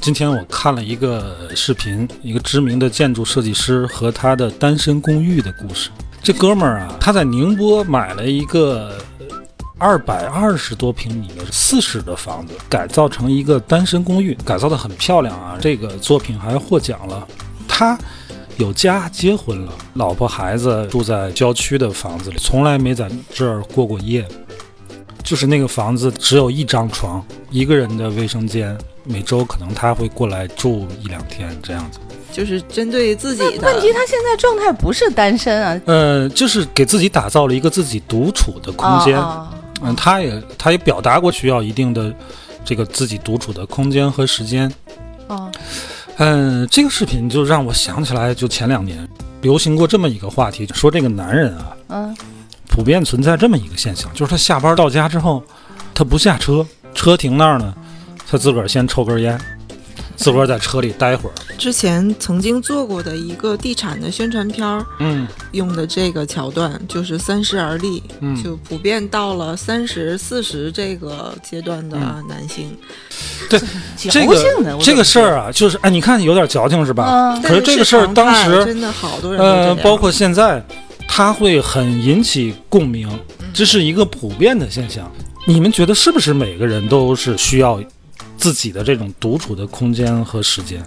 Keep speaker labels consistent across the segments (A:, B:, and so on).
A: 今天我看了一个视频，一个知名的建筑设计师和他的单身公寓的故事。这哥们儿啊，他在宁波买了一个二百二十多平米的四室的房子，改造成一个单身公寓，改造的很漂亮啊。这个作品还获奖了。他有家，结婚了，老婆孩子住在郊区的房子里，从来没在这儿过过夜。就是那个房子只有一张床，一个人的卫生间，每周可能他会过来住一两天这样子。
B: 就是针对自己的。
C: 问题他现在状态不是单身啊，
A: 呃，就是给自己打造了一个自己独处的空间。
C: 哦哦
A: 嗯，他也他也表达过需要一定的这个自己独处的空间和时间。
C: 哦
A: 嗯，这个视频就让我想起来，就前两年流行过这么一个话题，说这个男人啊，
C: 嗯，
A: 普遍存在这么一个现象，就是他下班到家之后，他不下车，车停那儿呢，他自个儿先抽根烟，自个儿在车里待会儿。
B: 之前曾经做过的一个地产的宣传片儿
A: 嗯
B: 用的这个桥段，就是三十而立，
A: 嗯，
B: 就普遍到了三十四十这个阶段的
A: 嗯
B: 男性。
C: 矫
A: 这
C: 情
A: 个
C: 的
A: 这个事儿啊，就是哎，你看有点矫情是吧？
C: 嗯，
A: 可是这个事儿
B: 但
A: 当
B: 是常态
A: 时
B: 真的好多人都这啊
A: 呃
B: 样，
A: 包括现在，它会很引起共鸣，
B: 嗯
A: 这是一个普遍的现象。你们觉得是不是每个人都是需要自己的这种独处的空间和时间？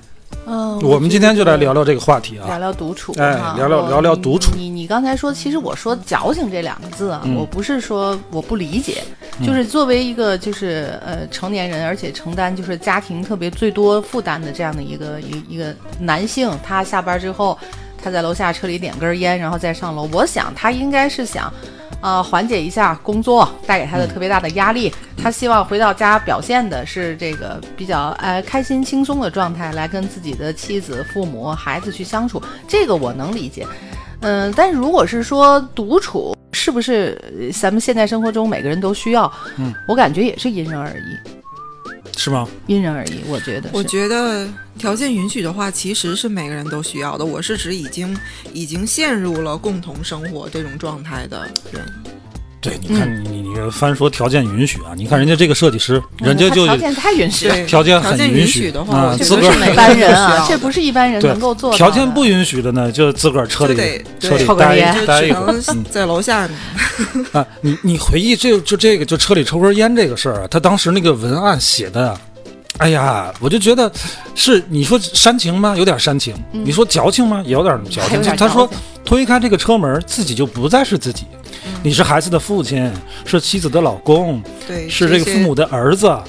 C: 嗯，
A: 我们今天就来聊
C: 聊
A: 聊这个话题啊
C: 聊。聊独处，
A: 哎
C: 哈
A: 聊聊
C: 我
A: 聊聊独处
C: 你你刚才说，其实我说“矫情”这两个字啊，
A: 嗯
C: 我不是说我不理解，
A: 嗯
C: 就是作为一个就是呃成年人，而且承担就是家庭特别最多负担的这样的一个一一个男性，他下班之后，他在楼下车里点根烟，然后再上楼，我想他应该是想。呃，缓解一下工作带给他
A: 嗯
C: 的特别大的压力，他希望回到家表现的是这个比较呃开心轻松的状态，来跟自己的妻子、父母、孩子去相处，这个我能理解。嗯，但如果是说独处，是不是呃咱们现在生活中每个人都需要？
A: 嗯，
C: 我感觉也是因人而异，
A: 是吗？
C: 因人而异，我觉得是。
B: 我觉得条件允许的话，其实是每个人都需要的。我是指已经已经陷入了共同生活这种状态的人。
A: 对，你看
B: 嗯
A: 你你你翻说条件允许啊，你看人家这个设计师，
C: 嗯
A: 人家
C: 他
A: 就
C: 条件太允许了，
B: 对，
A: 条件很
B: 条件
A: 允许
B: 许的话，
A: 啊
B: 我觉
A: 自
B: 得
C: 这不
A: 个
C: 是
A: 儿
C: 每般人啊，
B: 这
C: 这不是一般人
A: 对
C: 能够做到的。
A: 条件不允许的呢，就自个儿车
B: 就
A: 里
B: 得
A: 车里
C: 抽根
A: 待
C: 烟
B: 就
A: 待一
B: 只
A: 会儿。嗯
B: 能在楼下
A: 啊，你你回忆这就这个就车里抽根烟这个事儿啊，他当时那个文案写的啊，哎呀，我就觉得是你说煽情吗？有点煽情。
C: 嗯
A: 你说矫情吗？也有点矫
C: 还
A: 情。
C: 有点
A: 他说
C: 矫情
A: 推开这个车门，自己就不再是自己。
B: 嗯
A: 你是孩子的父亲，是妻子的老公，
B: 对，
A: 是这个父母的儿子啊，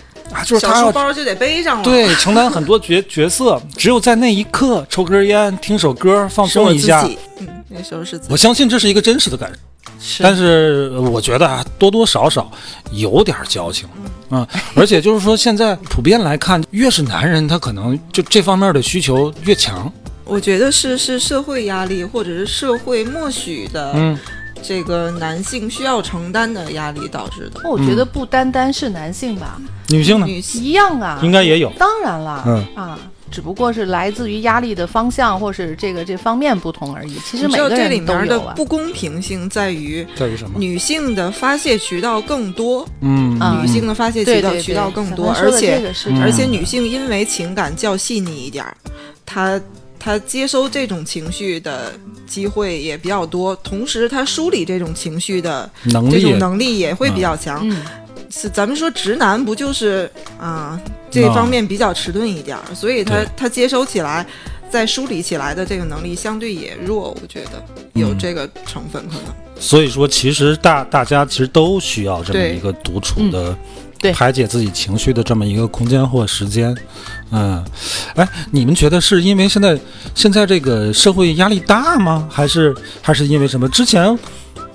A: 就是他
B: 小
A: 要
B: 书包就得背上了。，
A: 对，承担很多角角色，只有在那一刻抽根烟，听首歌，放
B: 是我
A: 松一
B: 自
A: 下。
B: 己，嗯，那时候是自
A: 我
B: 己。
A: 相信这是一个真实的感受，但是呃我觉得啊，多多少少有点矫情，嗯，而且就是说，现在普遍来看，越是男人，他可能就这方面的需求越强，
B: 我觉得是是社会压力，或者是社会默许的
A: 嗯，
B: 这个男性需要承担的压力导致的。
C: 那我
A: 嗯
C: 觉得不单单是男性吧，
A: 女性呢
B: 女性
C: 一样啊，
A: 应该也有，
C: 当然了，
A: 嗯
C: 啊，只不过是来自于压力的方向或是这个这方面不同而已。其实
B: 你知
C: 每
B: 道
C: 个
B: 这里
C: 人都
B: 面的
C: 有啊，
B: 不公平性在于
A: 在于什么？
B: 女性的发泄渠道更多，
A: 嗯，
C: 啊
B: 女性的发泄
C: 对
B: 渠
C: 对
B: 道
C: 对，
B: 渠道更多，
C: 咱说
B: 而
C: 的
B: 且
C: 这个是
A: 嗯
B: 而且女性因为情感较细腻一点儿，她她接收这种情绪的机会也比较多，同时她梳理这种情绪的
A: 能
B: 这
A: 力也
B: 种能力也会比较强。
C: 嗯，
B: 是咱们说直男不就是啊、这
A: 啊
B: 方面比较迟钝一点儿，所以他
A: 对
B: 他接收起来。再梳理起来的这个能力相对也弱，我觉得有
A: 嗯
B: 这个成分可能。
A: 所以说，其实大大家其实都需要这么
B: 对
A: 一个独处的，
C: 对
A: 排解自己情绪的这么一个空间或时间。嗯，哎，你们觉得是因为现在现在这个社会压力大吗？还是还是因为什么？之前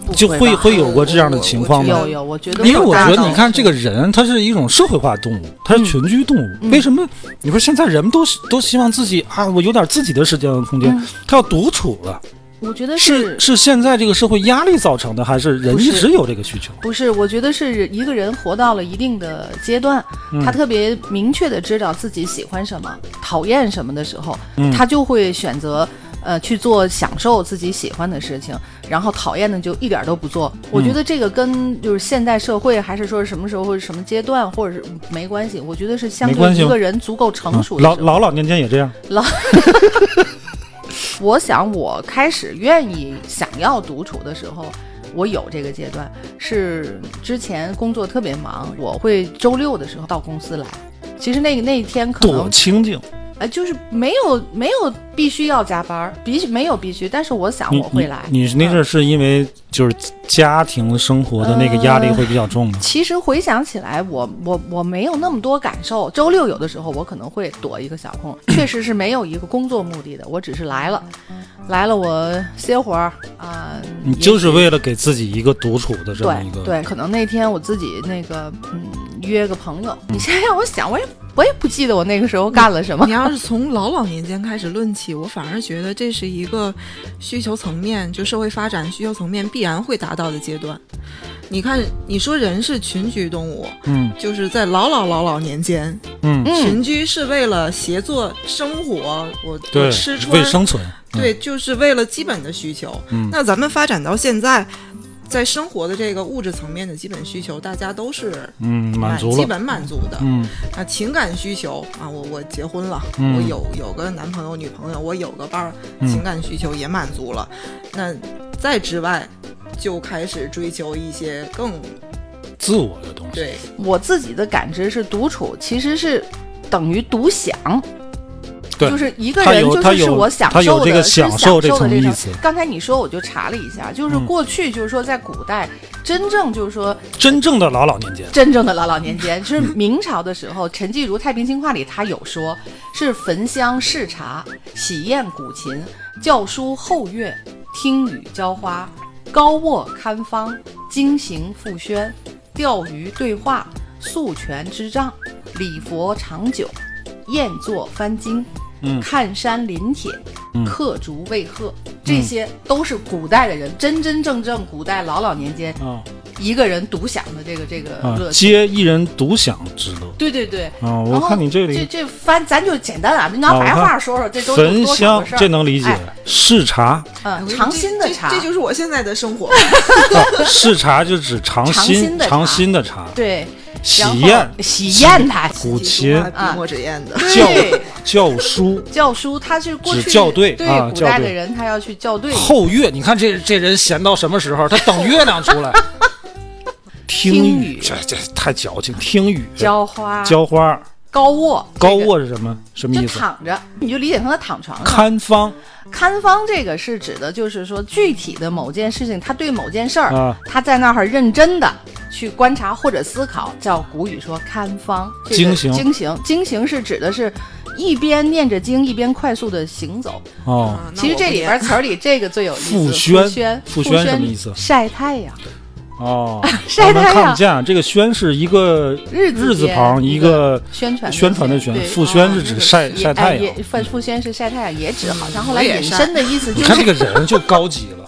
C: 不
A: 就
C: 会
A: 会
C: 吧
A: 会有过这样的情况
B: 我
A: 吗
C: 有？有，我觉得
A: 因为
C: 会
A: 我
C: 大
A: 觉
C: 到
A: 得你看这个人，他是一种社会化动物，他
C: 嗯
A: 是群居动物。为什么你说现在人们都都希望自己啊，我有点自己的时间和空
C: 嗯
A: 间，他要独处了？
C: 我觉得
A: 是是现在这个社会压力造成的，还是人
C: 不是
A: 一直有这个需求？
C: 不是，我觉得是一个人活到了一定的阶段，
A: 嗯
C: 他特别明确的知道自己喜欢什么、讨厌什么的时候，
A: 嗯
C: 他就会选择。呃，去做享受自己喜欢的事情，然后讨厌的就一点儿都不做。我
A: 嗯
C: 觉得这个跟就是现代社会，还是说什么时候、或者什么阶段，或者是没关系。我觉得是相
A: 没关
C: 对
A: 系
C: 一
A: 吗
C: 个人足够成
A: 嗯
C: 熟的时候、
A: 老老老年间也这样，
C: 我想我开始愿意想要独处的时候，我有这个阶段，是之前工作特别忙，我会周六的时候到公司来。其实那个那一天可
A: 躲
C: 能
A: 清静。
C: 呃，就是没有没有必须要加班儿，必须没有必须，但是我想
A: 你
C: 我会来。
A: 你你那阵儿是因为就是家庭生活的那个压
C: 嗯
A: 力会比较重吗？
C: 其实回想起来，我我我没有那么多感受。周六有的时候我可能会躲一个小空，确实是没有一个工作目的的，我只是来了，来了我歇会儿啊。
A: 你
C: 也
A: 就是为了给自己一个独处的这么一个
C: 对对，可能那天我自己那个嗯约个朋友，你现在让我想，我也我也不记得我那个时候干了什么
B: 你。要是从老老年间开始论起，我反而觉得这是一个需求层面，就社会发展需求层面必然会达到的阶段。你看，你说人是群居动物，
A: 嗯
B: 就是在老老老老年间，
A: 嗯，
C: 嗯，
B: 群居是为了协作生活，我
A: 对
B: 我吃，穿
A: 为生存。嗯
B: 对，就是为了基本的需求。
A: 嗯
B: 那咱们发展到现在，在生活的这个物质层面的基本需求，大家都是
A: 嗯，满足
B: 基
A: 了。
B: 本满足的。
A: 嗯
B: 啊，情感需求啊，我我结婚了，
A: 嗯
B: 我有有个男朋友、女朋友，我有个伴儿，
A: 嗯
B: 情感需求也满足了。那再之外，就开始追求一些更，
A: 自我的东西。
B: 对，
C: 我自己的感知是独处其实是等于独享，
A: 对
C: 就是一个
A: 他
C: 人
A: 有
C: 就
A: 他
C: 是是
A: 有
C: 我享
A: 他有
C: 受的，
A: 这个
C: 是
A: 享
C: 享
A: 受
C: 受
A: 这
C: 的
A: 层
C: 这
A: 意
C: 种
A: 思。
C: 刚才你说我就查了一下，就是
A: 嗯
C: 过去就是说在古代，真正就是说
A: 真正的老老年间，
C: 真正的老老年 间，是明朝的时候，陈继儒《太平清话》里他有说，是焚香试茶，喜宴古琴，教书后乐，听雨浇花，高卧堪方，经行复宣，钓鱼对话，诉权之杖，礼佛长久，宴坐翻经。
A: 嗯
C: 看山临帖，
A: 嗯
C: 客竹未鹤，这些都是古代的人真真正正古代老老年间
A: 啊
C: 一个人独享的这个这个
A: 啊
C: 乐，趣。
A: 皆一人独享之乐
C: 对对对，
A: 啊！
C: 然
A: 我
C: 后
A: 看你这
C: 这
A: 里
C: 这翻，咱就简单啊，就拿
A: 啊
C: 白
A: 我
C: 话
A: 看
C: 说说，这都有
A: 焚
C: 多少
A: 香
C: 个事，儿？
A: 这能理解
C: 哎。
A: 视 察，
C: 嗯，尝新的茶
B: 哎这，这，这就是我现在的生 活。
A: 啊视察就指尝
C: 尝
A: 新
C: 新的
A: 尝
C: 茶
A: 新的茶，
C: 对，然后
A: 喜宴、
C: 喜宴台，
A: 古
B: 喜
A: 琴
B: 书画笔墨纸砚的，
C: 对，
A: 教书。
C: 教书，他是过
A: 指
C: 去
A: 校对
C: 对
A: 啊
C: 古
A: 校
C: 代
A: 对
C: 的人，他要去校对，
A: 后月，你看这这人闲到什么时候？他等月亮出 来。听
C: 听
A: 雨，
C: 雨
A: 这这太矫情。听雨，
C: 浇花，
A: 浇花，
C: 高卧，
A: 高
C: 这个。
A: 卧是什么？什么
C: 就
A: 意思？
C: 躺着，你就理解成他躺床上。
A: 看方
C: 看方这个是指的，就是说具体的某件事情，他对某件事儿，
A: 啊
C: 他在那儿认真的去观察或者思考，叫古语说看方。这个
A: 经行
C: 经行，经行是指的是一边念着经，一边快速的行走。
A: 哦，
B: 啊那
C: 其实
B: 我
C: 这
B: 不
C: 里边
B: 念
C: 词儿里这个最有意思。
A: 复宣
C: 宣，宣，
A: 复宣
C: 宣
A: 什么意思
C: 晒太阳，
A: 哦，
C: 晒
A: 我们
C: 太
A: 看
C: 阳
A: 不见啊。这个“宣”是一个
C: 日
A: 日字
C: 边
A: 旁，一个
C: 宣传
A: 宣传的“宣”，
C: 对
A: 复宣是指晒
C: 也
A: 晒太
C: 哎
A: 阳。
C: 也复复宣是晒太阳，也指好像后来
B: 我也
C: 引
B: 晒
C: 申的意思就
A: 你
C: 是
A: 看这个人就高级 了。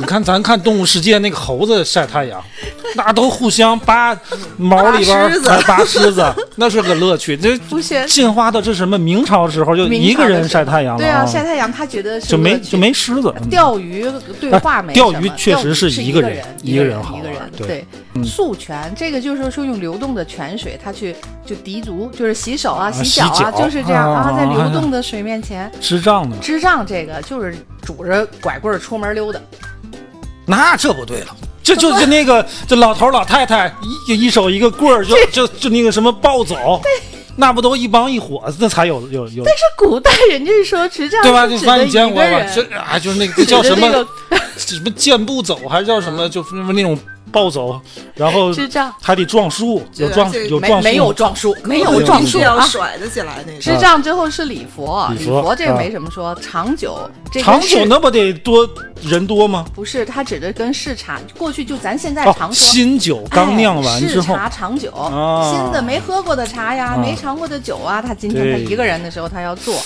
A: 你看咱看《动物世界》那个猴子晒太阳，那都互相扒毛里边
B: 扒狮
A: 儿
B: 子
A: 哎扒狮子， 那是个乐趣。这
C: 复宣。
A: 进化到这什么明朝时候就
C: 明
A: 一
C: 朝
A: 个
C: 的
A: 人
C: 时
A: 晒太阳了，
C: 对啊，晒太阳他觉得是
A: 就没
C: 乐趣
A: 就没狮子。
C: 钓鱼对话没
A: 嗯
C: 什
A: 钓
C: 么、
A: 鱼确实是
C: 是
A: 一
C: 一
A: 个
C: 人
A: 人，一
C: 一
A: 个人
C: 人
A: 好
C: 一个
A: 玩
C: 人
A: 对
C: 对
A: 嗯
C: 速泉这个就是说用流动的泉水，它去就涤足，就是洗手啊、
A: 啊
C: 洗脚
A: 洗脚
C: 啊，就是这样
A: 啊
C: 啊，在
A: 啊
C: 流动的水面前。
A: 支帐呢？
C: 支帐这个就是拄着拐棍儿出门溜达，
A: 那这不对了。这就就那个，这老头老太太一一手一个棍儿，就就就那个什么暴走，那不都一帮一伙子，那才有有有，
C: 这古代人就是说支帐
A: 对吧？
C: 是
A: 就
C: 指
A: 反
C: 的
A: 正
C: 一
A: 你见
C: 个
A: 过吧？
C: 人，
A: 就啊，就是那个叫
C: 指
A: 什
C: 的这
A: 么
C: 个
A: 什么健步走，还是叫什么，就是那种暴走，然后
C: 智障。啊
A: 还得撞树，有
B: 对
A: 撞
B: 这
A: 有
C: 没
A: 撞树，
C: 没有撞树，没有
A: 有
C: 撞
A: 撞
C: 树
A: 树
B: 是要
C: 啊！
B: 甩得起来那种。
C: 智障最后是礼佛，
A: 啊礼
C: 礼
A: 佛
C: 佛这个
A: 啊
C: 没什么说。长久，这个
A: 长
C: 是
A: 久那不得多人多吗？
C: 不是，它指的跟视察。过去就咱现在
A: 哦，
C: 常说。
A: 新酒刚酿完之后
C: 哎哎、是，茶长久，
A: 啊
C: 新的没喝过的茶呀，
A: 啊
C: 没尝过的酒啊，他今天他
A: 对
C: 一个人的时候他要做，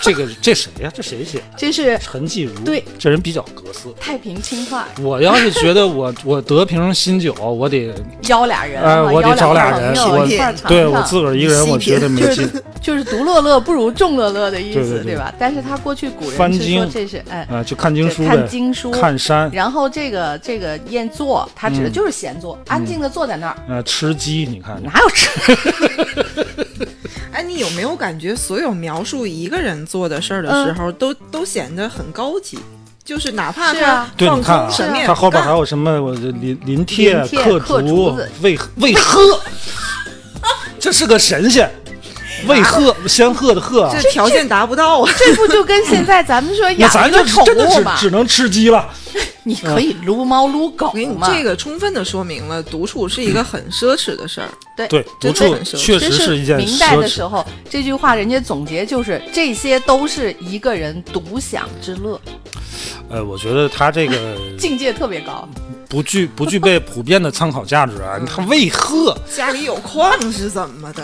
A: 这个这谁呀、这谁写？
C: 这是
A: 陈继儒。
C: 对，
A: 这人比较格色。
C: 太平清快，
A: 我要是觉得我 我得瓶新酒，我得
C: 邀俩人，啊
A: 哎我得
C: 邀
A: 找俩
C: 朋
A: 人
C: 友
D: 我
C: 一块儿尝尝，
A: 对我自个儿一个人，
D: 细
A: 我觉得没
C: 品
A: 劲。
C: 就是独乐乐不如众乐乐的意思，
A: 对对对
C: 吧？但是他过去古人
A: 翻
C: 是说
A: 经
C: 这是哎，
A: 啊，就看经
C: 对
A: 书
C: 看
A: 呗，
C: 经书，
A: 看山，
C: 然后这个这个宴坐，他指的
A: 嗯
C: 就是闲坐，安静的坐在那儿，
A: 呃，吃鸡，你看
C: 哪有 吃？
B: 哎，你有没有感觉所有描述一个人做的事儿的时候，都都显得很高级？就是哪怕
C: 嗯是
B: 他
C: 啊
A: 对，
B: 放
A: 你看
B: 空
A: 啊
B: 什么也，
A: 它
B: 不
A: 后边还
B: 干，
A: 有什么？我这临临帖
C: 临帖刻
A: 竹
C: 竹子、
A: 魏魏鹤，这是个神仙。魏鹤，仙鹤的鹤啊，
B: 这条件达不到啊。
C: 这不就跟现在咱们说
A: 那
C: 养
A: 咱
C: 一
A: 就
C: 个宠
A: 真的
C: 物嘛
A: 只？只能吃鸡了。
C: 你可以撸猫撸狗
B: 我给你
C: 嘛？
B: 这个充分的说明了，独处是一个很奢侈的事儿。
A: 对，独
B: 真的
A: 处
B: 很奢侈
A: 确
C: 这
A: 实是一件
C: 明代
A: 奢
C: 的时
A: 侈。
C: 候，这句话人家总结就是这些都是一个人独享之乐，
A: 呃，我觉得他这个
C: 境界特别高。
A: 不具 不具备普遍的参考价值
C: 嗯
A: 啊。你看魏鹤，
B: 家里有矿是怎么的？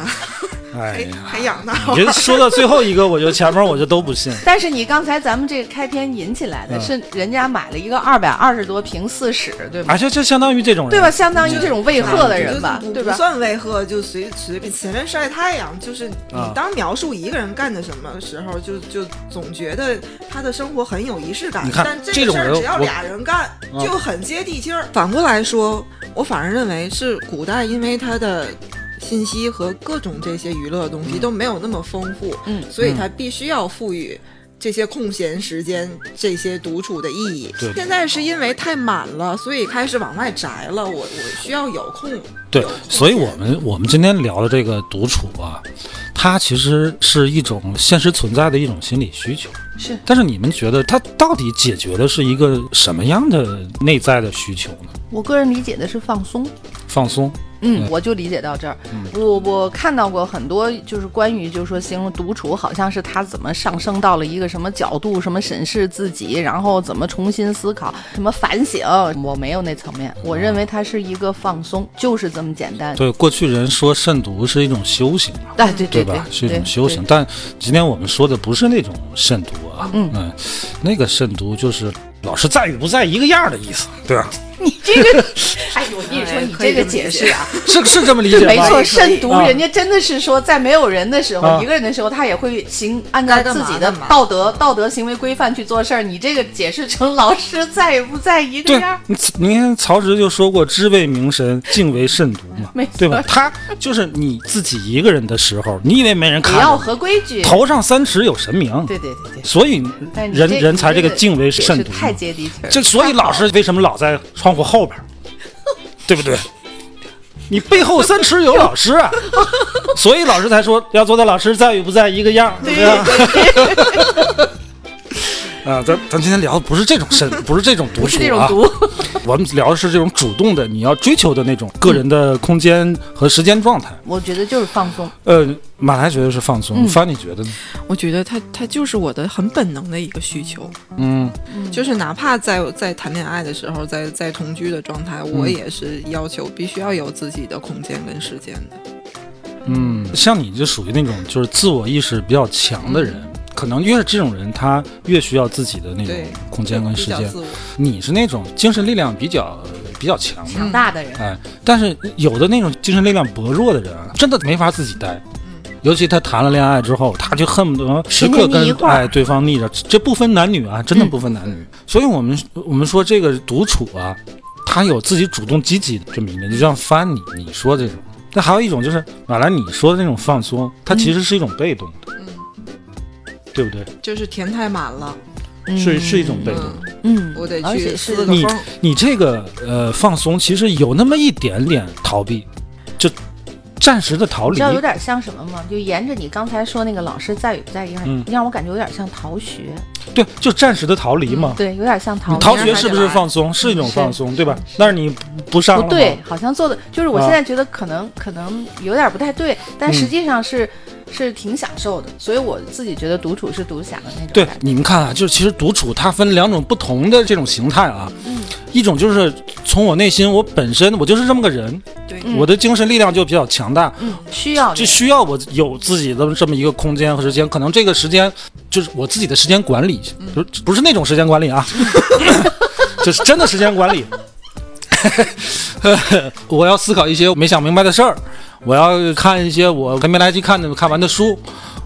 A: 哎
B: 还
A: 呀，
B: 还养那
A: 你这说到最后一个，我就前面我就都不信。
C: 但是你刚才咱们这个开篇引起来的
A: 嗯
C: 是人家买了一个二百二十多平四室， 对吧
A: 啊，？就就相当于这种人，
C: 对吧？？相当于
A: 嗯
C: 这种畏鹤的
B: 就
C: 人吧
B: 不，
C: 对
B: 不
C: 吧？
B: 算威吓，就随随便前面晒太阳，就是你
A: 啊
B: 当描述一个人干的什么时候，就就总觉得他的生活很有仪式感
A: 你。看
B: 但
A: 这
B: 个
A: 种
B: 事儿
A: 人
B: 只要
A: 我
B: 俩人干，
A: 啊
B: 就很接地气儿。反过来说，我反而认为是古代，因为他的。信息和各种这些娱乐
A: 嗯
B: 的东西都没有那么丰富，
C: 嗯
B: 所以他必须要赋予这些空闲时间、这些独处的意义。
A: 对
B: 现在是因为太满了，所以开始往外宅了。我我需要有空，
A: 对，所以我们我们今天聊的这个独处啊，它其实是一种现实存在的一种心理需求。
C: 是
A: 但是你们觉得它到底解决的是一个什么样的内在的需求呢？
C: 我个人理解的是放松。
A: 放松，
C: 嗯，我就理解到这儿。
A: 嗯
C: 我我看到过很多，就是关于就是说形容独处，好像是他怎么上升到了一个什么角度，什么审视自己，然后怎么重新思考，什么反省。我没有那层面，我认为它是一个放松，就是这么简单。
A: 对，过去人说慎独是一种修行嘛，
C: 哎，对对
A: 吧？是一种
C: 对
A: 修行。
C: 对
A: 但今天我们说的不是那种慎独啊，
C: 嗯
A: 那个慎独就是老是在与不在一个样儿的意思，对吧？
C: 你这个，哎呦，我跟你说，
B: 哎
C: 你
B: 可
C: 这
B: 以这
C: 个
B: 么理
C: 解
B: 解
C: 释啊，
A: 是是这么理解
C: 是
A: 吗？
C: 没
B: 可
C: 错，
B: 以
C: 慎独，
A: 啊
C: 人家真的是说，在没有人的时候，
A: 啊
C: 一个人的时候，他也会行按照
B: 该干
C: 自
B: 嘛
C: 己的
B: 干嘛
C: 道德道德行为规范去做事儿。你这个解释成老师在与不在一个
A: 对
C: 样儿，，
A: 你你看曹植就说过“知为明神，敬为慎独”嘛
C: 没错，
A: 对吧？他就是你自己一个人的时候，你以为没人
C: 也
A: 看着，
C: 要合规矩。
A: 头上三尺有神明，
C: 对对对对，
A: 所以
C: 但是你
A: 人
C: 这
A: 人才
C: 你这
A: 个敬为
C: 解
A: 慎
C: 释
A: 独嘛。
C: 太接地气儿了。
A: 这所 以老师为什么老在窗户后边儿，对不对？你背后三尺有老 师啊，所以老师才说要做到老师在与不在一个样儿，对不对？ 啊，咱咱今天聊的不是这种深，不是这种独
C: 不
A: 处
C: 是这种
A: 啊，
C: 毒，
A: 我们聊的是这种主动的，你要追求的那种个人的空间和时间状态。
C: 我觉得就是放松。
A: 呃，马来觉得是放松，
C: 嗯
A: 翻你觉得呢？
B: 我觉得他他就是我的很本能的一个需求，
A: 嗯，
B: 就是哪怕在在谈恋爱的时候，在在同居的状态，
A: 嗯
B: 我也是要求必须要有自己的空间跟时间的。
A: 嗯，像你就属于那种就是自我意识比较强的人，
B: 嗯
A: 可能越是这种人，他越需要自己的那种
B: 对
A: 空间跟
B: 比
A: 时
B: 较
A: 间。
B: 自我，
A: 你是那种精神力量比较比较强的，
C: 强大的人，
A: 哎，但是有的那种精神力量薄弱的人啊，真的没法自己待。尤其他谈了恋爱之后，他就恨不得时刻
C: 天天腻
A: 跟
C: 一块儿嗯
A: 哎对方腻着，这不分男女啊，真的不分男女。所以我们我们说这个独处啊，他有自己主动积极的这么一面，就像翻你你说这种。那还有一种就是马来你说的那种放松，它其
C: 嗯
A: 实是一种被动的，对不对？
B: 就是填太满了，
A: 是是一种被动。
B: 嗯，
C: 嗯，
B: 我得
C: 而
B: 去
C: 且
B: 四
C: 是
B: 个
A: 你
B: 缝。
A: 你这个呃放松，其实有那么一点点逃避，就暂时的逃
C: 你
A: 离
C: 知。道有点像什么吗？就沿着你刚才说那个老师在与不在一样，
A: 嗯
C: 让我感觉有点像逃学。
A: 对，就暂时的逃离嘛。
C: 嗯对，有点像逃
A: 你
C: 学。
A: 逃学是不是放松？是一种放松，对吧？但是你不上了
C: 嗯
A: 吗
C: 不对，，好像做的就是我
A: 啊
C: 现在觉得可能、可能有点不太对，但
A: 嗯
C: 实际上是、是挺享受的，所以我自己觉得独处是独享的那种
A: 对
C: 感，觉。
A: 你们看啊，就是其实独处它分两种不同的这种形态啊，
C: 嗯
A: 一种就是从我内心，我本身我就是这么个人，
B: 对
C: 嗯
A: 我的精神力量就比较强大，
C: 嗯，需要
A: 就
C: 的
A: 需要我有自己的这么一个空间和时间，可能这个时间就是我自己的时间管理，
C: 嗯
A: 不是不是那种时间管理 啊，就是真的时间管理。 我要思考一些我没想明白的事儿，我要看一些我还没来得及看的看完的书，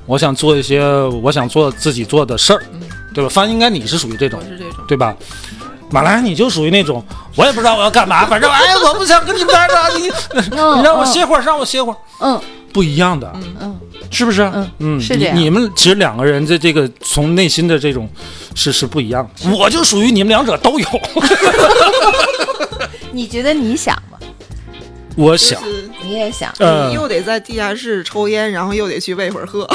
A: 我想做一些我想做自己做的事儿，
C: 嗯
A: 对吧？翻应该你是属于这种
B: 我，是这种。
A: 对吧？马兰，你就属于那种，我也不知道我要干嘛，反正哎，我不想跟你们待着，啊你
C: 嗯
A: 你让我歇会儿，让我歇会儿，
C: 嗯
A: 不一样的。
C: 嗯嗯，
A: 是不是？啊
C: 嗯是这样
A: 你。你们其实两个人的这个从内心的这种是是不一样的。 我就属于你们两者都有。
C: 你觉得你想吗？
A: 我
B: 就
A: 想，
B: 是
C: 你也想？
A: 呃
B: 你，又得在地下室抽烟，然后又得去喂会儿 鹤。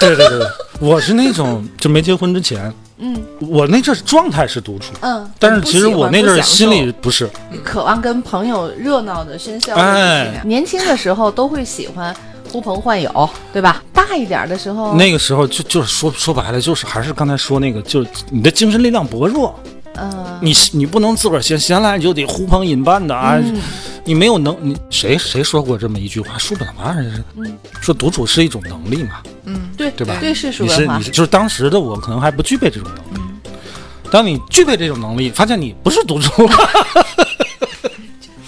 A: 对对对，我是那种就没结婚之前，
C: 嗯
A: 我那阵儿状态是独处，
C: 嗯，
A: 但是其实我那阵儿
B: 不喜
A: 心
B: 欢
A: 里不是。
C: 渴望跟朋友热闹的喧嚣的
A: 哎
C: 一起年轻的时候都会喜欢呼朋唤友，对吧？大一点的时候，
A: 那个时候就就是说说白了，就是还是刚才说那个，就是你的精神力量薄弱，
C: 嗯
A: 你你不能自个儿闲闲来，你就得呼朋引伴的啊。
C: 嗯
A: 你没有能，你谁谁说过这么一句话？叔本华还是、
C: 嗯
A: 说独处是一种能力嘛？
B: 嗯，
C: 对
A: 对吧
C: 对，是叔
A: 你是
C: 文化
A: 你，是就是当时的我可能还不具备这种能力。当你具备这种能力，发现你不是独 处，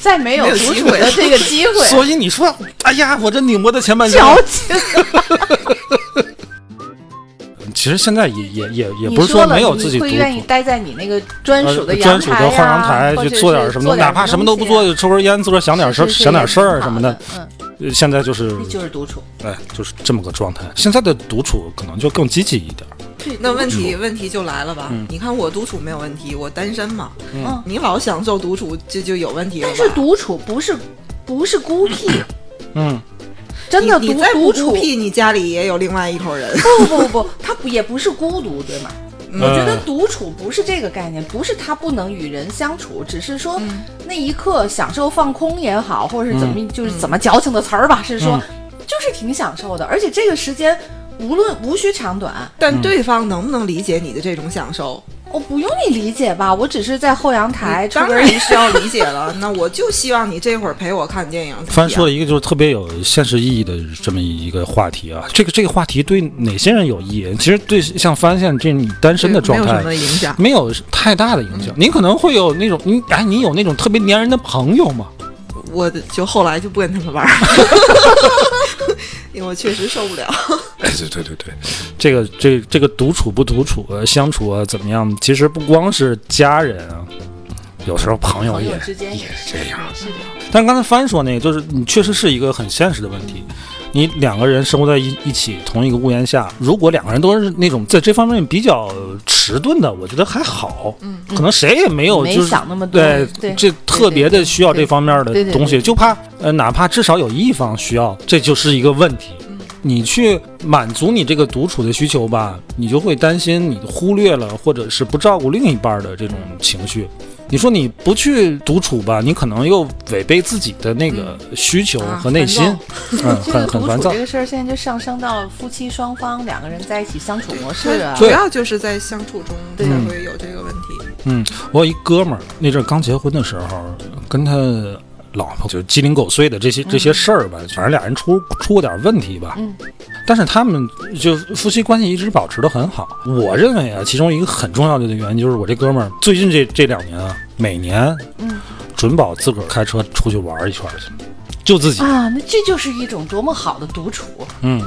C: 再没有
B: 没有
C: 独
B: 机
C: 处
B: 会
C: 的这个机会，
A: 所以你说，哎呀，我这拧巴的前半生。
C: 矫情。
A: 其实现在也也也也
C: 你
A: 不是
C: 说了
A: 没有
C: 你
A: 自己独
C: 会愿意
A: 处，
C: 待在你那个专属的
A: 呃专
C: 阳
A: 属
C: 台、啊、
A: 的后阳台
C: 或
A: 去
C: 者
A: 做点
C: 是
A: 什么，哪怕什么都不
C: 做
A: 做，
C: 点啊
A: 就抽根烟，自个儿想点
C: 东西啊，
A: 事儿，想点事儿什么
C: 的
A: 的。，
C: 嗯，
A: 呃现在就是，
C: 那就是独处。
A: 哎，就是这么个状态。现在的独处可能就更积极一点。
B: 那问
A: 独
B: 题
A: 处
B: 问题就来了吧？
A: 嗯
B: 你看我独处没有问题，我单身嘛。
C: 嗯
B: 你老享受独处，这就有问题了吧。
C: 但是独处不是不是孤僻，
A: 嗯，
C: 真的
B: 你
C: 独
B: 你再不
C: 独
B: 孤
C: 处
B: 僻，你家里也有另外一口人。
C: 不不不，他不也不是孤独，对吗？
A: 呃
C: 我觉得独处不是这个概念，不是他不能与人相处，只是说那一刻享受放空也好，或者是怎么、就是怎么矫情的词儿吧，是说、嗯就是挺享受的，而且这个时间无论无需长短，
A: 嗯
B: 但对方能不能理解你的这种享受？
C: 我不用你理解吧，我只是在后阳台抽
B: 当
C: 根
B: 然
C: 儿
B: 是要理解了。那我就希望你这会儿陪我看电影。
A: 翻说了一个就是特别有现实意义的这么一个话题啊，这个这个话题对哪些人有意义？其实对像翻现这你单身的
B: 对
A: 状
B: 没有
A: 态
B: 什么影响。嗯
A: 没有太大的影响，你可能会有那种你哎，你有那种特别粘人的朋友吗？
B: 我就后来就不跟他们玩儿， 因为我确实受不了。
A: 哎，对对对对，这个这这个独处不独处呃相处啊怎么样？其实不光是家人啊，有时候朋友
C: 朋
A: 也
C: 友之间
A: 也是这样。
C: 是的，
A: 但是刚才帆说那个，就是你确实是一个很现实的问题。你两个人生活在一一起，同一个屋檐下，如果两个人都是那种在这方面比较迟钝的，我觉得还好。
B: 嗯，
A: 可能谁也没有
C: 没
A: 就是
C: 想那么多
A: 对
C: 对
A: 这特别的需要
C: 对
A: 这方面的
C: 对对
A: 东西，
C: 对
A: 就怕呃哪怕至少有一方需要，这就是一个问题。
C: 嗯
A: 你去满足你这个独处的需求吧，你就会担心你忽略了或者是不照顾另一半的这种情绪。你说你不去独处吧，你可能又违背自己的那个
C: 嗯
A: 需求
B: 啊
A: 和内心，嗯，
C: 这个
A: 很很
C: 独
A: 烦
C: 处
A: 躁
C: 这。个事儿现在就上升到夫妻双方两个人在一起相处模式啊，
B: 主要就是在相处中才
C: 对
B: 会有这个问题。
A: 嗯，我有一哥们儿，那阵儿刚结婚的时候，跟他老婆就鸡零狗碎的这些这些事儿吧，反正俩人出出过点问题吧。
C: 嗯，
A: 但是他们就夫妻关系一直保持的很好。我认为啊，其中一个很重要的原因就是我这哥们儿最近这这两年啊，每年
C: 嗯
A: 准保自个儿开车出去玩儿一圈儿去，就自己。
C: 啊，那这就是一种多么好的独处。
A: 嗯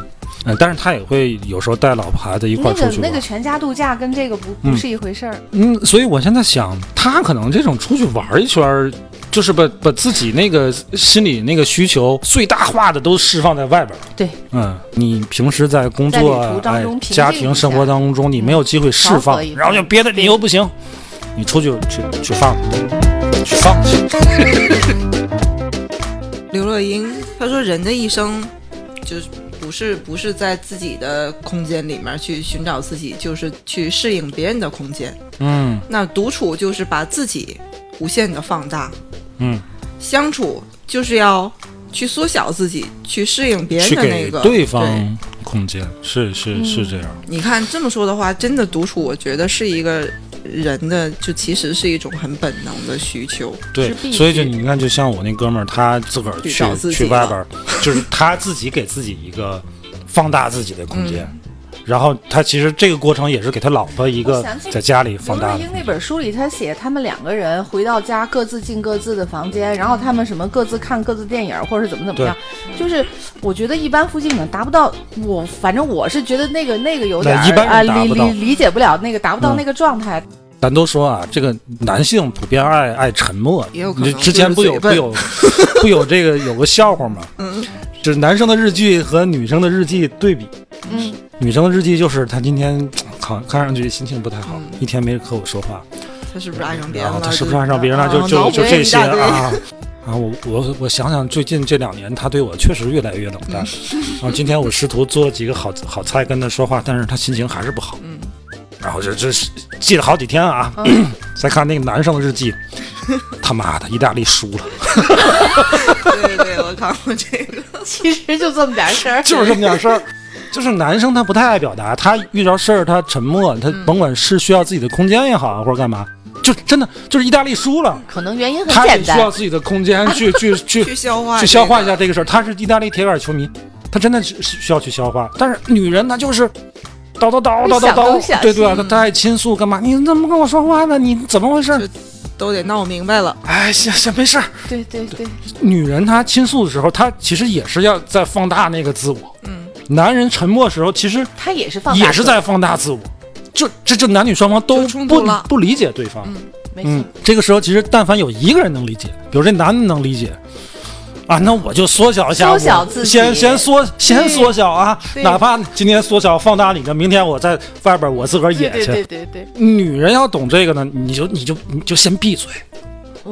A: 嗯，但是他也会有时候带老婆孩子一块
C: 那
A: 儿出
C: 个
A: 去玩
C: 那
A: 儿。
C: 个全家度假跟这个不
A: 嗯
C: 不是一回事儿。
A: 嗯，所以我现在想，他可能这种出去玩儿一圈儿，就是把把自己那个心里那个需求最大化的都释放在外边儿。
C: 对，
A: 嗯，你平时在工作
C: 在旅
A: 啊
C: 途、当
A: 哎
C: 中平静一下嗯
A: 家庭生活当中，你没有机会释
C: 调
A: 放
C: 和一，下
A: 然后就憋得你又不行，你出去去去放，去放去。
B: 刘若英他说人的一生就是不是不是在自己的空间里面去寻找自己，就是去适应别人的空间。
A: 嗯
B: 那独处就是把自己无限的放大，
A: 嗯，
B: 相处就是要去缩小自己，去适应别人
A: 去
B: 的那
A: 给
B: 个
A: 对方空间，是是
C: 嗯
A: 是这样，
B: 你看这么说的话，真的独处，我觉得是一个人的，就其实是一种很本能的需求。
A: 对
C: 是必，须
A: 所以就你看，就像我那哥们儿，他自个儿
B: 去找
A: 去
B: 自己
A: 去外
B: 了
A: 边儿，就是他自己给自己一个放大自己的空间。
B: 嗯
A: 然后他其实这个过程也是给他老婆一
C: 我
A: 个
C: 想起
A: 在家里放
C: 刘
A: 大
C: 若
A: 的
C: 英
A: 空
C: 那
A: 间，
C: 本书里，他写他们两个人回到家各自进各自的房间，然后他们什么各自看各自电影，或者是怎么怎么样。就是我觉得一般夫妻可能达不到，我反正我是觉得那个那个有点
A: 那一般
C: 儿
A: 人
C: 啊
A: 达
C: 理
A: 不到
C: 理理解不了那个达不到
A: 嗯
C: 那个状态。
A: 咱都说啊，这个男性普遍爱爱沉默。
B: 也有可
A: 你
B: 能
A: 之前不有
B: 就是
A: 不
B: 嘴
A: 有 不有这个有个笑话吗？
B: 嗯，
A: 就是男生的日记和女生的日记对比，
B: 嗯，
A: 女生的日记就是她今天好看上去心情不太好，
B: 嗯
A: 一天没和我说话，
B: 他是不是爱上别人
A: 然后
B: 了？
A: 他是不是爱上别人了？
B: 啊
A: 就就
B: 脑
A: 就
B: 补
A: 这
B: 一
A: 些
B: 大堆
A: 啊。啊，我我我想想，最近这两年他对我确实越来越冷淡。 然后今天我试图做几个好好菜跟他说话，但是他心情还是不好。
B: 嗯，
A: 然后这这是记了好几天啊。
C: 嗯
A: 再看那个男生的日 记，他妈的，意大利输了，
B: 对对，我看过这个。
C: 其实就这么点事儿，
A: 就是这么点事儿。就是男生他不太爱表达，他遇着事儿他沉默，他
B: 嗯
A: 甭管是需要自己的空间也好啊，或者干嘛，就真的就是意大利输了，
C: 可能原因
B: 嗯
C: 很
A: 他也
C: 简
A: 需要
C: 单。
A: 自己的空间 去去去
B: 去消化，
A: 去消化一下。这个事儿。他是意大利铁杆球迷，他真的是是需要去消化。但是女人她就是叨叨叨叨叨
C: 想东想
A: 叨，对对啊，
B: 西
A: 她她爱倾诉干嘛？你怎么不跟我说话呢？你怎么回事
B: 就？都得闹明白了。
A: 哎，行行，没事儿。
C: 对对对，
A: 女人她倾诉的时候，她其实也是要在放大那个自我。
B: 嗯，
A: 男人沉默的时候，其实
C: 他也是放大
A: 也是
C: 客
A: 在放大自我。就这就男女双方都
B: 就冲
A: 不
B: 突了
A: 不理解对方。
C: 没错。
A: 嗯，这个时候其实但凡有一个人能理解，比如这男的能理解，啊，那我就缩小一下我，
C: 缩小自己
A: 先先缩先缩小啊，
C: 对
A: 哪怕今天缩小放大你的，明天我在外边我自个儿
C: 对
A: 野
C: 对
A: 去。
C: 对对对，
A: 女人要懂这个呢，你就你就你就先闭嘴，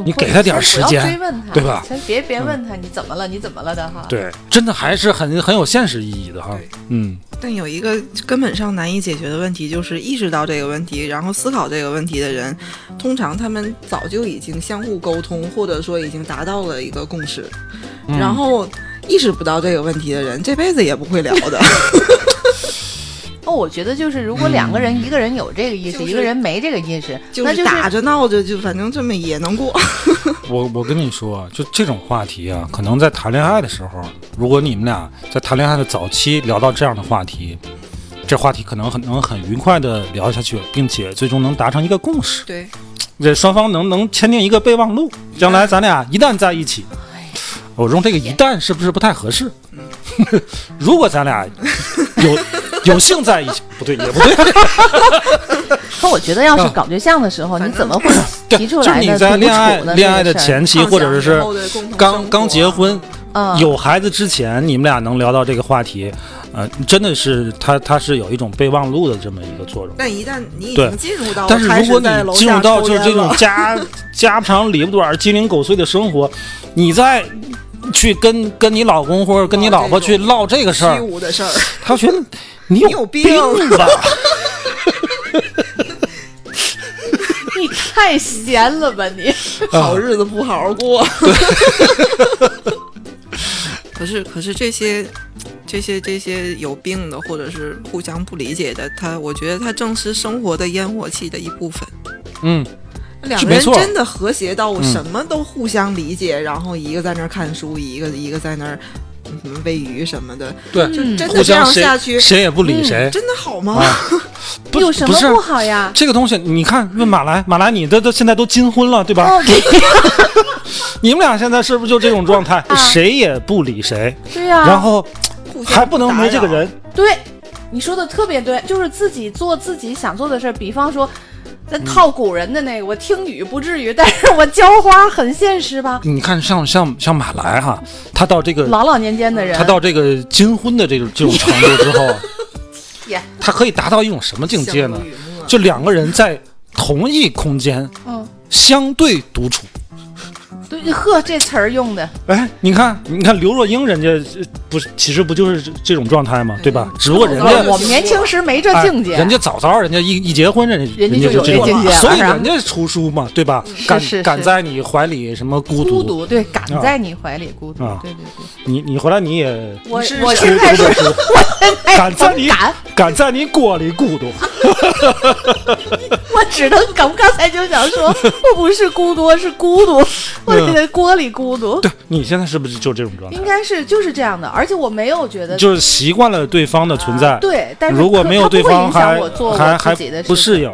A: 你给他点儿时间
C: 先不要追问他，
A: 对吧嗯
C: 先别别问他你怎么了，你怎么了的哈。
A: 对，真的还是很很有现实意义的哈
B: 对，
A: 嗯，
B: 但有一个根本上难以解决的问题，就是意识到这个问题，然后思考这个问题的人，通常他们早就已经相互沟通，或者说已经达到了一个共识。
A: 嗯
B: 然后意识不到这个问题的人，这辈子也不会聊 的。
C: 哦，我觉得就是，如果两个
A: 嗯
C: 人，一个人有这个意识，
B: 就是
C: 一个人没这个意识，
B: 就
C: 那
B: 是
C: 就
B: 打
C: 是
B: 着闹着，就反正这么也能过。
A: 我我跟你说啊，就这种话题啊，可能在谈恋爱的时候，如果你们俩在谈恋爱的早期聊到这样的话题，这话题可能很能很愉快的聊下去，并且最终能达成一个共识，
B: 对，
A: 这双方能能签订一个备忘录，将来咱俩一旦在一起，
C: 哎
A: 我用这个“一旦”是不是不太合适？ 如果咱俩有有幸在一起，不对也不对，
C: 那我觉得要是
A: 啊
C: 搞对象的时候，你怎么会
A: 对，
C: 提出
A: 就是
C: 来
A: 你
C: 呢？
A: 在
C: 独
A: 恋
C: 处
A: 爱
C: 呢
A: 恋
C: 这
A: 爱
C: 个
A: 的
C: 事儿，
A: 前期，或者是刚刚结婚，
C: 嗯，
A: 有孩子之前，你们俩能聊到这个话题，呃，真的是它它是有一种备忘录的这么一个作用。
B: 但一旦你已
A: 对
B: 经进入到，
A: 但是
B: 开
A: 如
B: 始
A: 果
B: 在楼
A: 你进入
B: 下
A: 到
B: 抽
A: 就是
B: 烟
A: 这种
B: 了
A: 家家不长里不短、鸡零狗碎的生活，你再去跟跟你老公或者跟你老婆去唠这个事
B: 虚
A: 儿，
B: 无的事儿，
A: 他觉得你
B: 嗯你
A: 有
B: 有
A: 病
B: 病
A: 吧？
C: 你太闲了吧你？
A: 啊
B: 好日子不好 好过。可是，可是这些。这些这些有病的，或者是互相不理解的，他我觉得他正是生活的烟火气的一部分。
A: 嗯，
B: 两
A: 是
B: 个
A: 没
B: 人
A: 错
B: 真的和谐到我
A: 嗯
B: 什么都互相理解，然后一个在那儿看书，一个一个在那儿嗯什么喂鱼什么的，
A: 对，
B: 真
A: 嗯互
B: 的这
A: 相
B: 样
A: 谁
B: 下去，嗯
A: 谁也不理谁，
B: 真的好吗？
A: 啊不
C: 有什
A: 不
C: 么
A: 是
C: 不好呀？
A: 这个东西，你看问马来，马来你都都现在都金婚了，对吧？
B: 嗯
C: 哦，
A: 你们俩现在是不是就这种状态？
B: 嗯
C: 啊
A: 谁也不理谁，
C: 对呀，
A: 然后
B: 互相
A: 还不能没这个
B: 打扰，
A: 人。
C: 啊对，你说的特别对，就是自己做自己想做的事儿。比方说，咱
A: 嗯
C: 套古人的那个，我听雨不至于，但是我浇花很现实吧？
A: 你看像，像像马来哈，他到这个
C: 老老年间的人，
A: 他到这个金婚的这种这种程度之后啊
C: Yeah，
A: 他可以达到一种什么境界呢
B: 相濡？以沫
A: 就两个人在同一空间
C: 嗯，
A: 相对独处，
C: 对，呵，这词儿用的，
A: 哎，你看，你看刘若英，人家呃不是其实不就是这这种状态吗？对吧？只不过人家
C: 嗯我们年轻时没这
A: 哎
C: 境界，
A: 人家早早人家一一结婚，人家
C: 人家
A: 就
C: 就有
A: 这
C: 这
A: 种
C: 境界了
A: 所以
C: 是吧
A: 人家出书嘛，对吧？
C: 是
A: 敢
C: 是
A: 敢
C: 是
A: 在你怀里什么孤
C: 孤
A: 独？
C: 独，对，敢
A: 啊
C: 在你怀里孤独
A: 啊，
C: 对对对，
A: 你你回来你也
C: 我
B: 是
C: 我
A: 孤
C: 现在
A: 独
C: 是
A: 的孤，
C: 哎
A: 敢在
C: 我
A: 你
C: 敢，
A: 敢在你锅里咕嘟。
C: 我只能敢，我刚才就想说，我不是孤独，是孤独，我
A: 嗯
C: 得锅里孤独，
A: 对你现在是不是就这种状态
C: 应？该是就是这样的，而且我没有觉得啊
A: 就是习惯了对方的存在。
C: 对，但是
A: 如果
C: 可
A: 没有
C: 它不
A: 对
C: 会
A: 方
C: 影响
A: 还
C: 我做
A: 还
C: 我
A: 还
C: 自己的
A: 不
C: 事情。
A: 适应，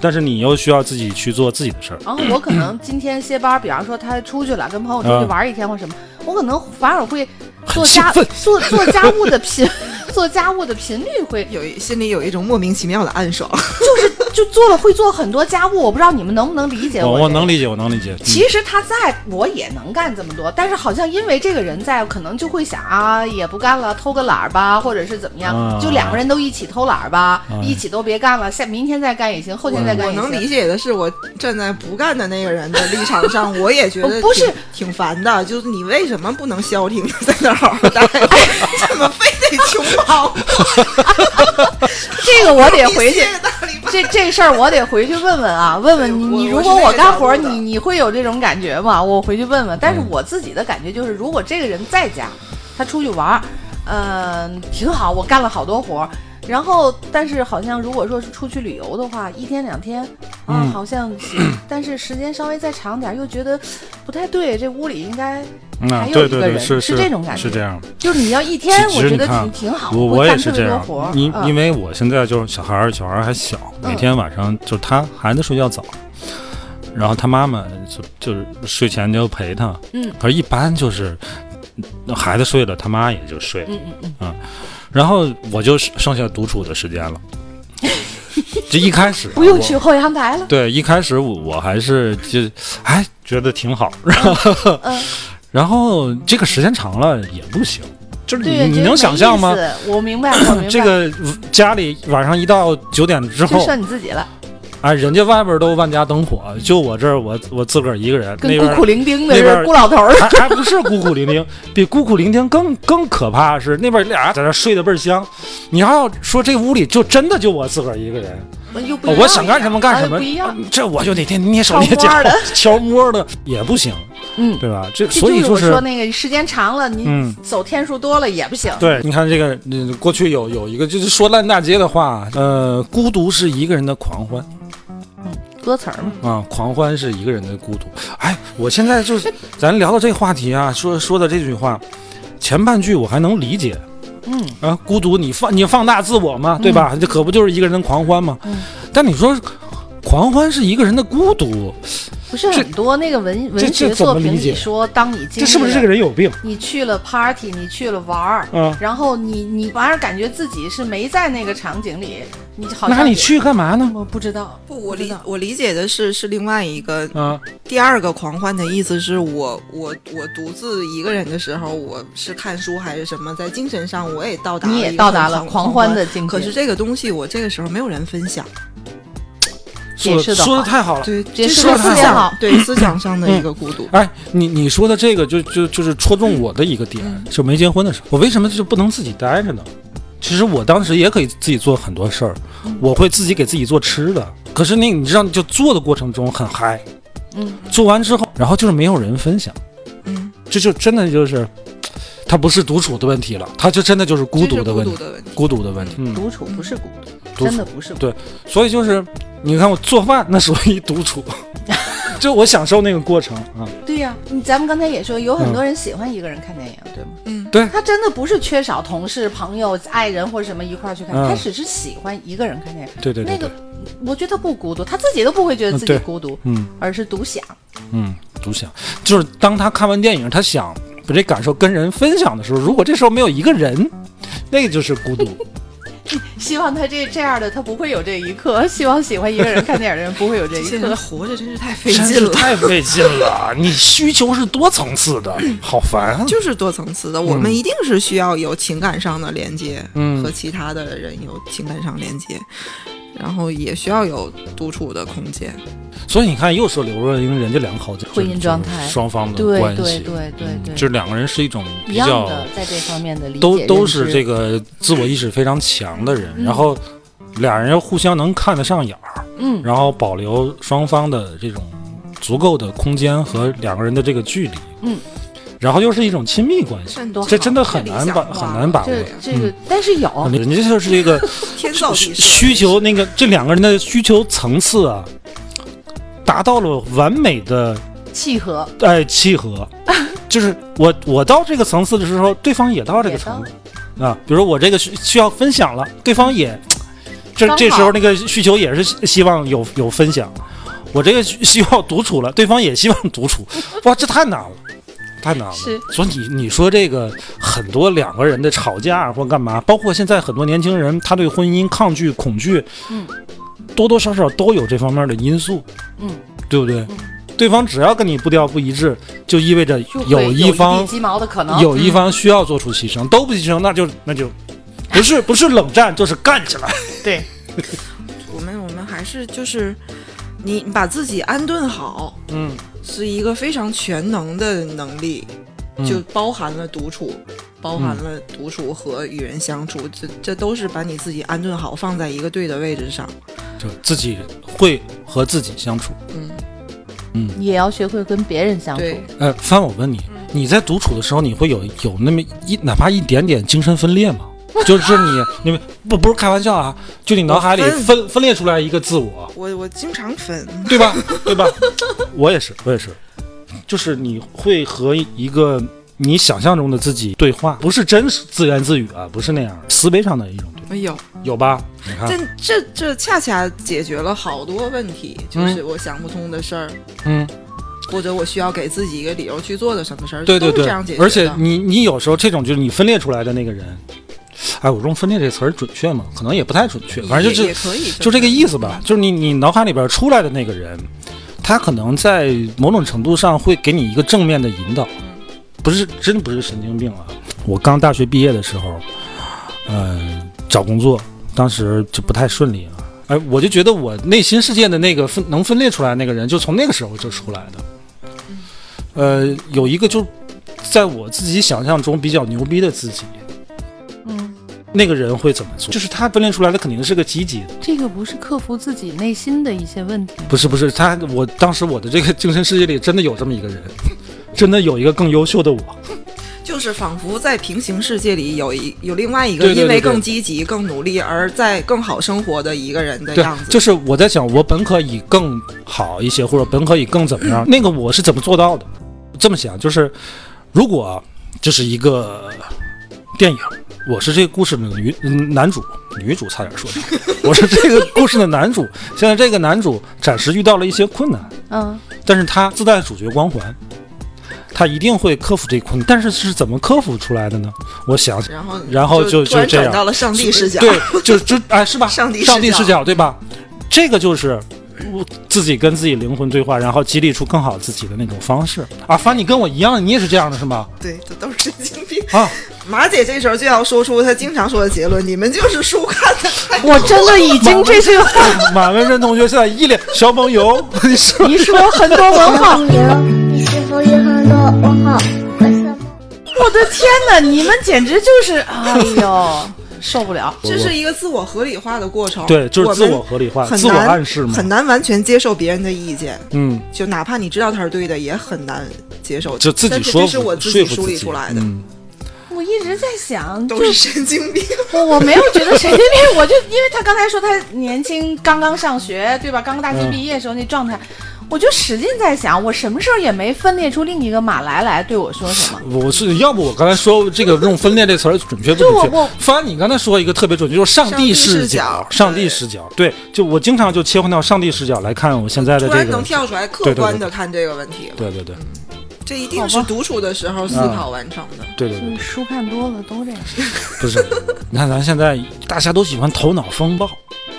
A: 但是你又需要自己去做自己的事儿。
C: 然后我可能今天歇班儿，比方说他出去了，跟朋友出去
A: 嗯
C: 玩一天或什么，我可能反而会做
A: 兴
C: 家
A: 奋
C: 做做家务的频做家务的频率会
B: 有一心里有一种莫名其妙的暗爽。
C: 就做了会做很多家务，我不知道你们能不能理解
A: 我
C: 我这
A: 我
C: 个
A: 能理解，我能理解。嗯
C: 其实他在我也能干这么多，但是好像因为这个人在，可能就会想啊，也不干了，偷个懒儿吧，或者是怎么样，
A: 啊
C: 就两个人都一起偷懒儿吧，
A: 哎
C: 一起都别干了，下明天再干也行，后天再干
B: 我
C: 也行。
B: 能理解的是，我站在不干的那个人的立场上， 我也觉得
C: 哦不是
B: 挺挺烦的。就是你为什么不能消停的在那儿好好待 着？怎么非得穷跑？
C: 这个我得回
B: 你歇。
C: 去
B: 着大礼拜
C: 这这事儿我得回去问问啊，问问你，
B: 我
C: 你
B: 我
C: 如
B: 是
C: 果
B: 这
C: 我
B: 个
C: 干
B: 角
C: 活儿，
B: 度的嗯
C: 你你会有这种感觉吗？我回去问问。但是我自己的感觉就是，如果这个人在家，他出去玩儿，嗯、挺好，我干了好多活儿。然后，但是好像如果说是出去旅游的话，一天两天啊，
A: 嗯
C: 好像 行，但是时间稍微再长点儿，又觉得不太对，这屋里应该
A: 嗯啊
C: 还，有
A: 对
C: 一
A: 对
C: 个
A: 对，
C: 人
A: 是
C: 是这种感
A: 是
C: 觉啊
A: 这样。
C: 就是你要一天，
A: 其
C: 我
A: 实
C: 觉
A: 你
C: 得
A: 看
C: 挺挺好，
A: 我
C: 不会
A: 我也
C: 干
A: 是
C: 特别
A: 这
C: 多
A: 样
C: 活儿。，啊
A: 因因
C: 为
A: 为我现在就是小孩儿，小孩儿还小，每
C: 嗯
A: 天晚上就是他孩子睡觉早，然后他妈妈就就是睡前就陪他，
C: 嗯，
A: 可是一般就是那孩子睡了，他妈也就睡了，
C: 嗯嗯嗯，
A: 然后我就剩下独处的时间 了。就一开始啊
C: 不用
A: 我
C: 去后阳台了。
A: 对，一开始我我还是就哎觉得挺好，
C: 嗯，
A: 然后这个时间长了也不行，就是你
C: 对，
A: 嗯你
C: 觉得
A: 能
C: 没
A: 想
C: 意
A: 象吗？
C: 思？我明白，我明 白，
A: 这个家里晚上一到九点之
C: 就
A: 后，
C: 剩你自己了，
A: 哎，人家外边都万家灯火，就我这儿我我自个儿一个人，那
C: 跟
A: 边
C: 孤
A: 儿
C: 苦伶仃的
A: 那边
C: 是
A: 儿
C: 孤老头儿。
A: 还还不是孤苦伶仃，比孤苦伶仃更更可怕的是那边俩在那睡得倍儿香。你要说这屋里就真的就我自个儿一个人，
C: 又不
A: 哦
C: 一
A: 我
C: 样
A: 想干什么干什么
C: 啊不一样。
A: 这我就得得捏手捏脚
C: 悄摸的
A: 悄摸的也不行，
C: 嗯，
A: 对吧？这
C: 这
A: 所以
C: 就
A: 就是
C: 我
A: 是
C: 说那个时间长了，你
A: 嗯
C: 走天数多了也不行。
A: 对，你看这个，嗯过去有有一个就是说烂大街的话，呃，孤独是一个人的狂欢。
C: 歌词儿嘛，
A: 啊，狂欢是一个人的孤独。哎，我现在就是 咱聊到这个话题啊，说说的这句话，前半句我还能理解
C: 嗯，
A: 啊，孤独你放你放大自我嘛，对吧？这可不就是一个人的狂欢嘛？
C: 嗯
A: 但你说狂欢是一个人的孤独，
C: 不是很多那个文
A: 这
C: 文学
A: 这怎么
C: 作品
A: 理解
C: 里说，当你经
A: 这是不是
C: 历
A: 这
C: 了
A: 个人有病？
C: 你去了 party，你去了玩儿。
A: 啊？
C: 然后你你反而感觉自己是没在那个场景里，你好像
A: 那你
C: 也
A: 去干嘛呢？
C: 我不知道，
B: 不，我
C: 知
B: 理
C: 道
B: 我理解的是是另外一个
A: 啊，
B: 第二个狂欢的意思是我我我独自一个人的时候，我是看书还是什么，在精神上我也到达了
C: 你也
B: 一个
C: 到达
B: 很
C: 了
B: 狂
C: 狂
B: 欢
C: 欢的境界。
B: 可是这个东西，我这个时候没有人分享，
A: 说
C: 解释得
A: 说的
C: 好
A: 太好了。
B: 对，
C: 这
B: 这
C: 是
B: 是
C: 个
B: 我
C: 思嗯
B: 思
C: 想
B: 想，对思想上的一个孤独。
A: 哎，你你说的这个就就就是戳中我的一个点，就没结婚的时候，我为什么就不能自己待着呢？其实我当时也可以自己做很多事儿，我会自己给自己做吃的。可是那你知道，就做的过程中很嗨，
C: 嗯，
A: 做完之后，然后就是没有人分享，
B: 嗯，
A: 这就真的就是，它不是独处的问题了，它就真的就是孤
B: 这
A: 独
B: 是
A: 的
B: 孤
A: 问
B: 独
A: 题，
B: 的问题。
A: 孤独的问题。嗯，
C: 独处不是孤独，
A: 独
C: 真
A: 处
C: 的不是孤独。
A: 所以就是你看我做饭那属于独处， 就我享受那个过程啊。
C: 对呀、你咱们刚才也说，有很
A: 嗯
C: 多人喜欢一个人看电影，对吗？
B: 嗯，
C: 他真的不是缺少同事、朋友、爱人或者什么一块儿去看，
A: 嗯
C: 他只是喜欢一个人看电影。
A: 对对对
C: 那
A: 对，
C: 个，我觉得他不孤独，他自己都不会觉得
A: 嗯
C: 自己
A: 对
C: 孤独，
A: 嗯。
C: 而是独享。
A: 嗯，独享就是当他看完电影，他想把这感受跟人分享的时候，如果这时候没有一个人，那个就是 孤独。
C: 希望他这这样的他不会有这一刻， 希望喜欢一个人看电影的人不会有这
B: 这
C: 一
B: 些
C: 刻
B: 人。活着真是太费
A: 真
B: 劲
A: 是
B: 了。
A: 太费劲了，你需求是多层次的，好烦啊！
B: 就是多层次的，我们一定是需要有情感上的连接，
A: 嗯
B: 和其他的人有情感上连接，然后也需要有独处的空间。
A: 所以你看，又说刘若英人家两口子
C: 婚姻
A: 就是
C: 状态
A: 双方的
C: 对
A: 关系，
C: 对对对对，
A: 嗯就是两个人是一种
C: 一
A: 比
C: 样
A: 较
C: 的，在这方面的理解
A: 都都
C: 认
A: 是
C: 知
A: 这个自我意识非常强的人，然后俩人互相能看得上眼儿，
C: 嗯
A: 然后保留双方的这种足够的空间和两个人的这个距离，
C: 嗯，
A: 然后又是一种亲密关系，
C: 多
A: 这真的很难把很难把握。
C: 这这个
A: 嗯，
C: 但是有
A: 人家就是这 个
D: 天造地
A: 需
D: 设，
A: 需求，那个这两个人的需求层次啊，达到了完美的
C: 契合，
A: 哎契合， 就是我我到这个层次的时候，对方也到这个
C: 也到
A: 程度啊。比如我这个需需要分享了，对方也这
C: 刚好
A: 这时候那个需求也是希希望有有分享。我这个需需要独处了，对方也希望独 处，哇，这太难了。太难了
C: 是，
A: 所以你你说这个很多两个人的吵架或干嘛，包括现在很多年轻人他对婚姻抗拒、恐惧，
C: 嗯，
A: 多多少少都有这方面的因素，
C: 嗯，
A: 对不对？对方只要跟你步调不一致，就意味着
C: 就会
A: 有
C: 有
A: 一
C: 地
A: 方
C: 鸡毛的可能，
A: 有一方需要做出牺牲，都不牺牲，那就那就不是不是冷战，就是干起来。
C: 对，
B: 我们我们还是就是你你把自己安顿好，
A: 嗯，
B: 是一个非常全能的能力，
A: 嗯
B: 就包含了独处，包含了独处和与人相处，这这都是把你自己安顿好，放在一个对的位置上。
A: 就自己会和自己相处。
B: 嗯，
C: 你也要学会跟别人相处。
B: 对，
A: 呃，帆，我问你，
B: 嗯
A: 你在独处的时候，你会有有那么一哪怕一点点精神分裂 吗？就是你你们不不是开玩笑啊，就你脑海里
B: 我分
A: 分分裂出来一个自我，
B: 我我经常分，
A: 对 吧？对吧？我也是，我也是，就是你会和一个你想象中的自己对话，不是真是自言自语啊，不是那样，思维上的一种对话，
B: 哎呦，
A: 有吧？你看，
B: 这这这恰恰解决了好多问题，就是我想不通的事儿，
A: 嗯，
B: 或者我需要给自己一个理由去做的什么事儿，
A: 对对
B: 都是
A: 对
B: 这样解，决的。
A: 而且你你有时候这种就是你分裂出来的那个人，哎，我用分裂这词儿准确吗？可能也不太准确，反正就
B: 也也
A: 是
B: 可以，
A: 就这
B: 个
A: 个意思吧，就是你你脑海里边出来的那个人，他可能在某种程度上会给你一个正面的引导，不是真不是神经病啊！我刚大学毕业的时候，嗯、找工作当时就不太顺利啊，哎，我就觉得我内心世界的那个分能分裂出来那个人，就从那个时候就出来的。呃，有一个就在我自己想象中比较牛逼的自己，
C: 嗯，
A: 那个人会怎么做？就是他分裂出来的肯定是个积极的。
C: 这个不是克服自己内心的一些问题。
A: 不是不是，他我当时我的这个精神世界里真的有这么一个人， 真的有一个更优秀的我。
B: 就是仿佛在平行世界里有一有另外一个
A: 对对对
B: 因为更
A: 对
B: 积极、更努力而在更好生活的一个人的
A: 对
B: 样，子。
A: 就是我在想，我本可以更好一些，或者本可以更怎 么样？那个我是怎么做到的？这么想就是，如果这是一个呃电影，我是这个故事的女嗯男主，女主差点说成，我是这个故事的男主。现在这个男主暂时遇到了一些困难，
C: 嗯，
A: 但是他自带主角光环，他一定会克服这困难。但是是怎么克服出来的呢？我想想，
B: 然后
A: 然后就
B: 突然
A: 就这样
B: 转到了上帝视角，
A: 对，就就哎是吧？
B: 上帝视角
A: 上帝视角对吧？这个就是我自己跟自己灵魂对话，然后激励出更好自己的那种方式啊。凡，你跟我一样，你也是这样的是吗？
B: 对，这都是神经病。
A: 啊，
B: 马姐这时候就要说出她经常说的结论：你们就是书看的太
C: 我真的已经这是
A: 马文珍同学现在一脸小朋友， 你说
C: 你说很多文化，
E: 梦游，你是否有很多问号和色梦？
C: 我的天哪，你们简直就是，哎 呦，受不了。
B: 这是一个自我合理化的过程。
A: 对，就是自我
B: 们
A: 合理化、
B: 很
A: 自我
B: 难
A: 暗示嘛。
B: 很难完全接受别人的意见，
A: 嗯，
B: 就哪怕你知道他是对的，也很难接受。
A: 就自己
B: 但是
A: 说
B: 这
A: 服
B: 是我自
A: 说
B: 己
A: 服
B: 梳理
A: 自己
B: 出来的，
A: 嗯
C: 我一直在想，
B: 都是神经病。
C: 我我没有觉得谁，因为我就因为他刚才说他年轻，刚刚上学，对吧？刚刚大学毕业的时候那状态，我就使劲在想，我什么时候也没分裂出另一个马来来对我说什么。
A: 我是要不我刚才说这个用分裂这词儿准确不
C: 就我
A: 准确
C: 我？
A: 反正你刚才说一个特别准确，就是上帝视角，上
B: 上
A: 帝
B: 帝
A: 视
B: 视
A: 角。对，就我经常就切换到上帝视角来看我现在的
B: 突
A: 这
B: 然能
A: 个。
B: 跳出来，客
A: 对对
B: 观
A: 对
B: 的看这个问题了。
A: 对对对
B: 这一定是独处的时
A: 嗯
B: 候思考完成的。
A: 对对对，
C: 书看多了都这样。
A: 不是，你看咱现在大家都喜欢头脑风暴，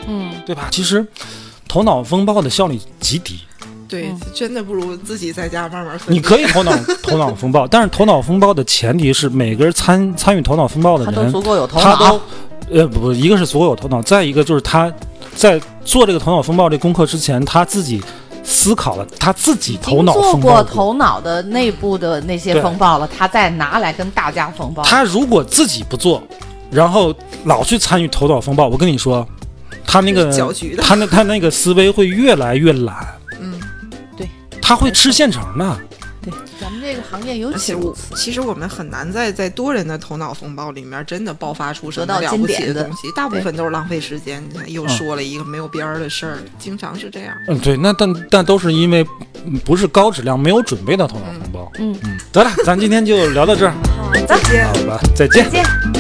C: 嗯，
A: 对吧？其实头脑风暴的效率极低，
B: 对
C: 嗯，
B: 真的不如自己在家慢慢分。
A: 你可以头脑头脑风暴，但是头脑风暴的前提是每个人参参与头脑风暴的
C: 他
A: 人，
C: 都足够有头
A: 他
C: 脑
A: 都。，呃，不不，一个是足够有头脑，再一个就是他在做这个头脑风暴这功课之前，他自己思考了他自己头
C: 经
A: 脑
C: 做
A: 风
C: 过
A: 暴
C: 头脑的内部的那些
A: 对
C: 风暴了，他再拿来跟大家风暴。
A: 他如果自己不做，然后老去参与头脑风暴，我跟你说，他那个
B: 这是搅局的
A: 他那他那个思维会越来越懒，
B: 嗯，
A: 他会吃现成的。
C: 对，咱们这个行业尤
B: 而
C: 其
B: 且
C: 如
B: 我
C: 此。
B: 其实我们很难在在多人的头脑风暴里面真的爆发出什
C: 得
B: 么
C: 到
B: 了
C: 经
B: 不起
C: 典的
B: 东西，大部
C: 对
B: 分都是浪费时间，又说了一个没有边儿的事儿，经常是这样。
A: 嗯，对，那但但都是因为嗯不是高质量，没有准备到头脑风暴。
C: 嗯
A: 嗯，得了，咱今天就聊到这儿，
C: 好的，
A: 好吧，再见。
C: 再见。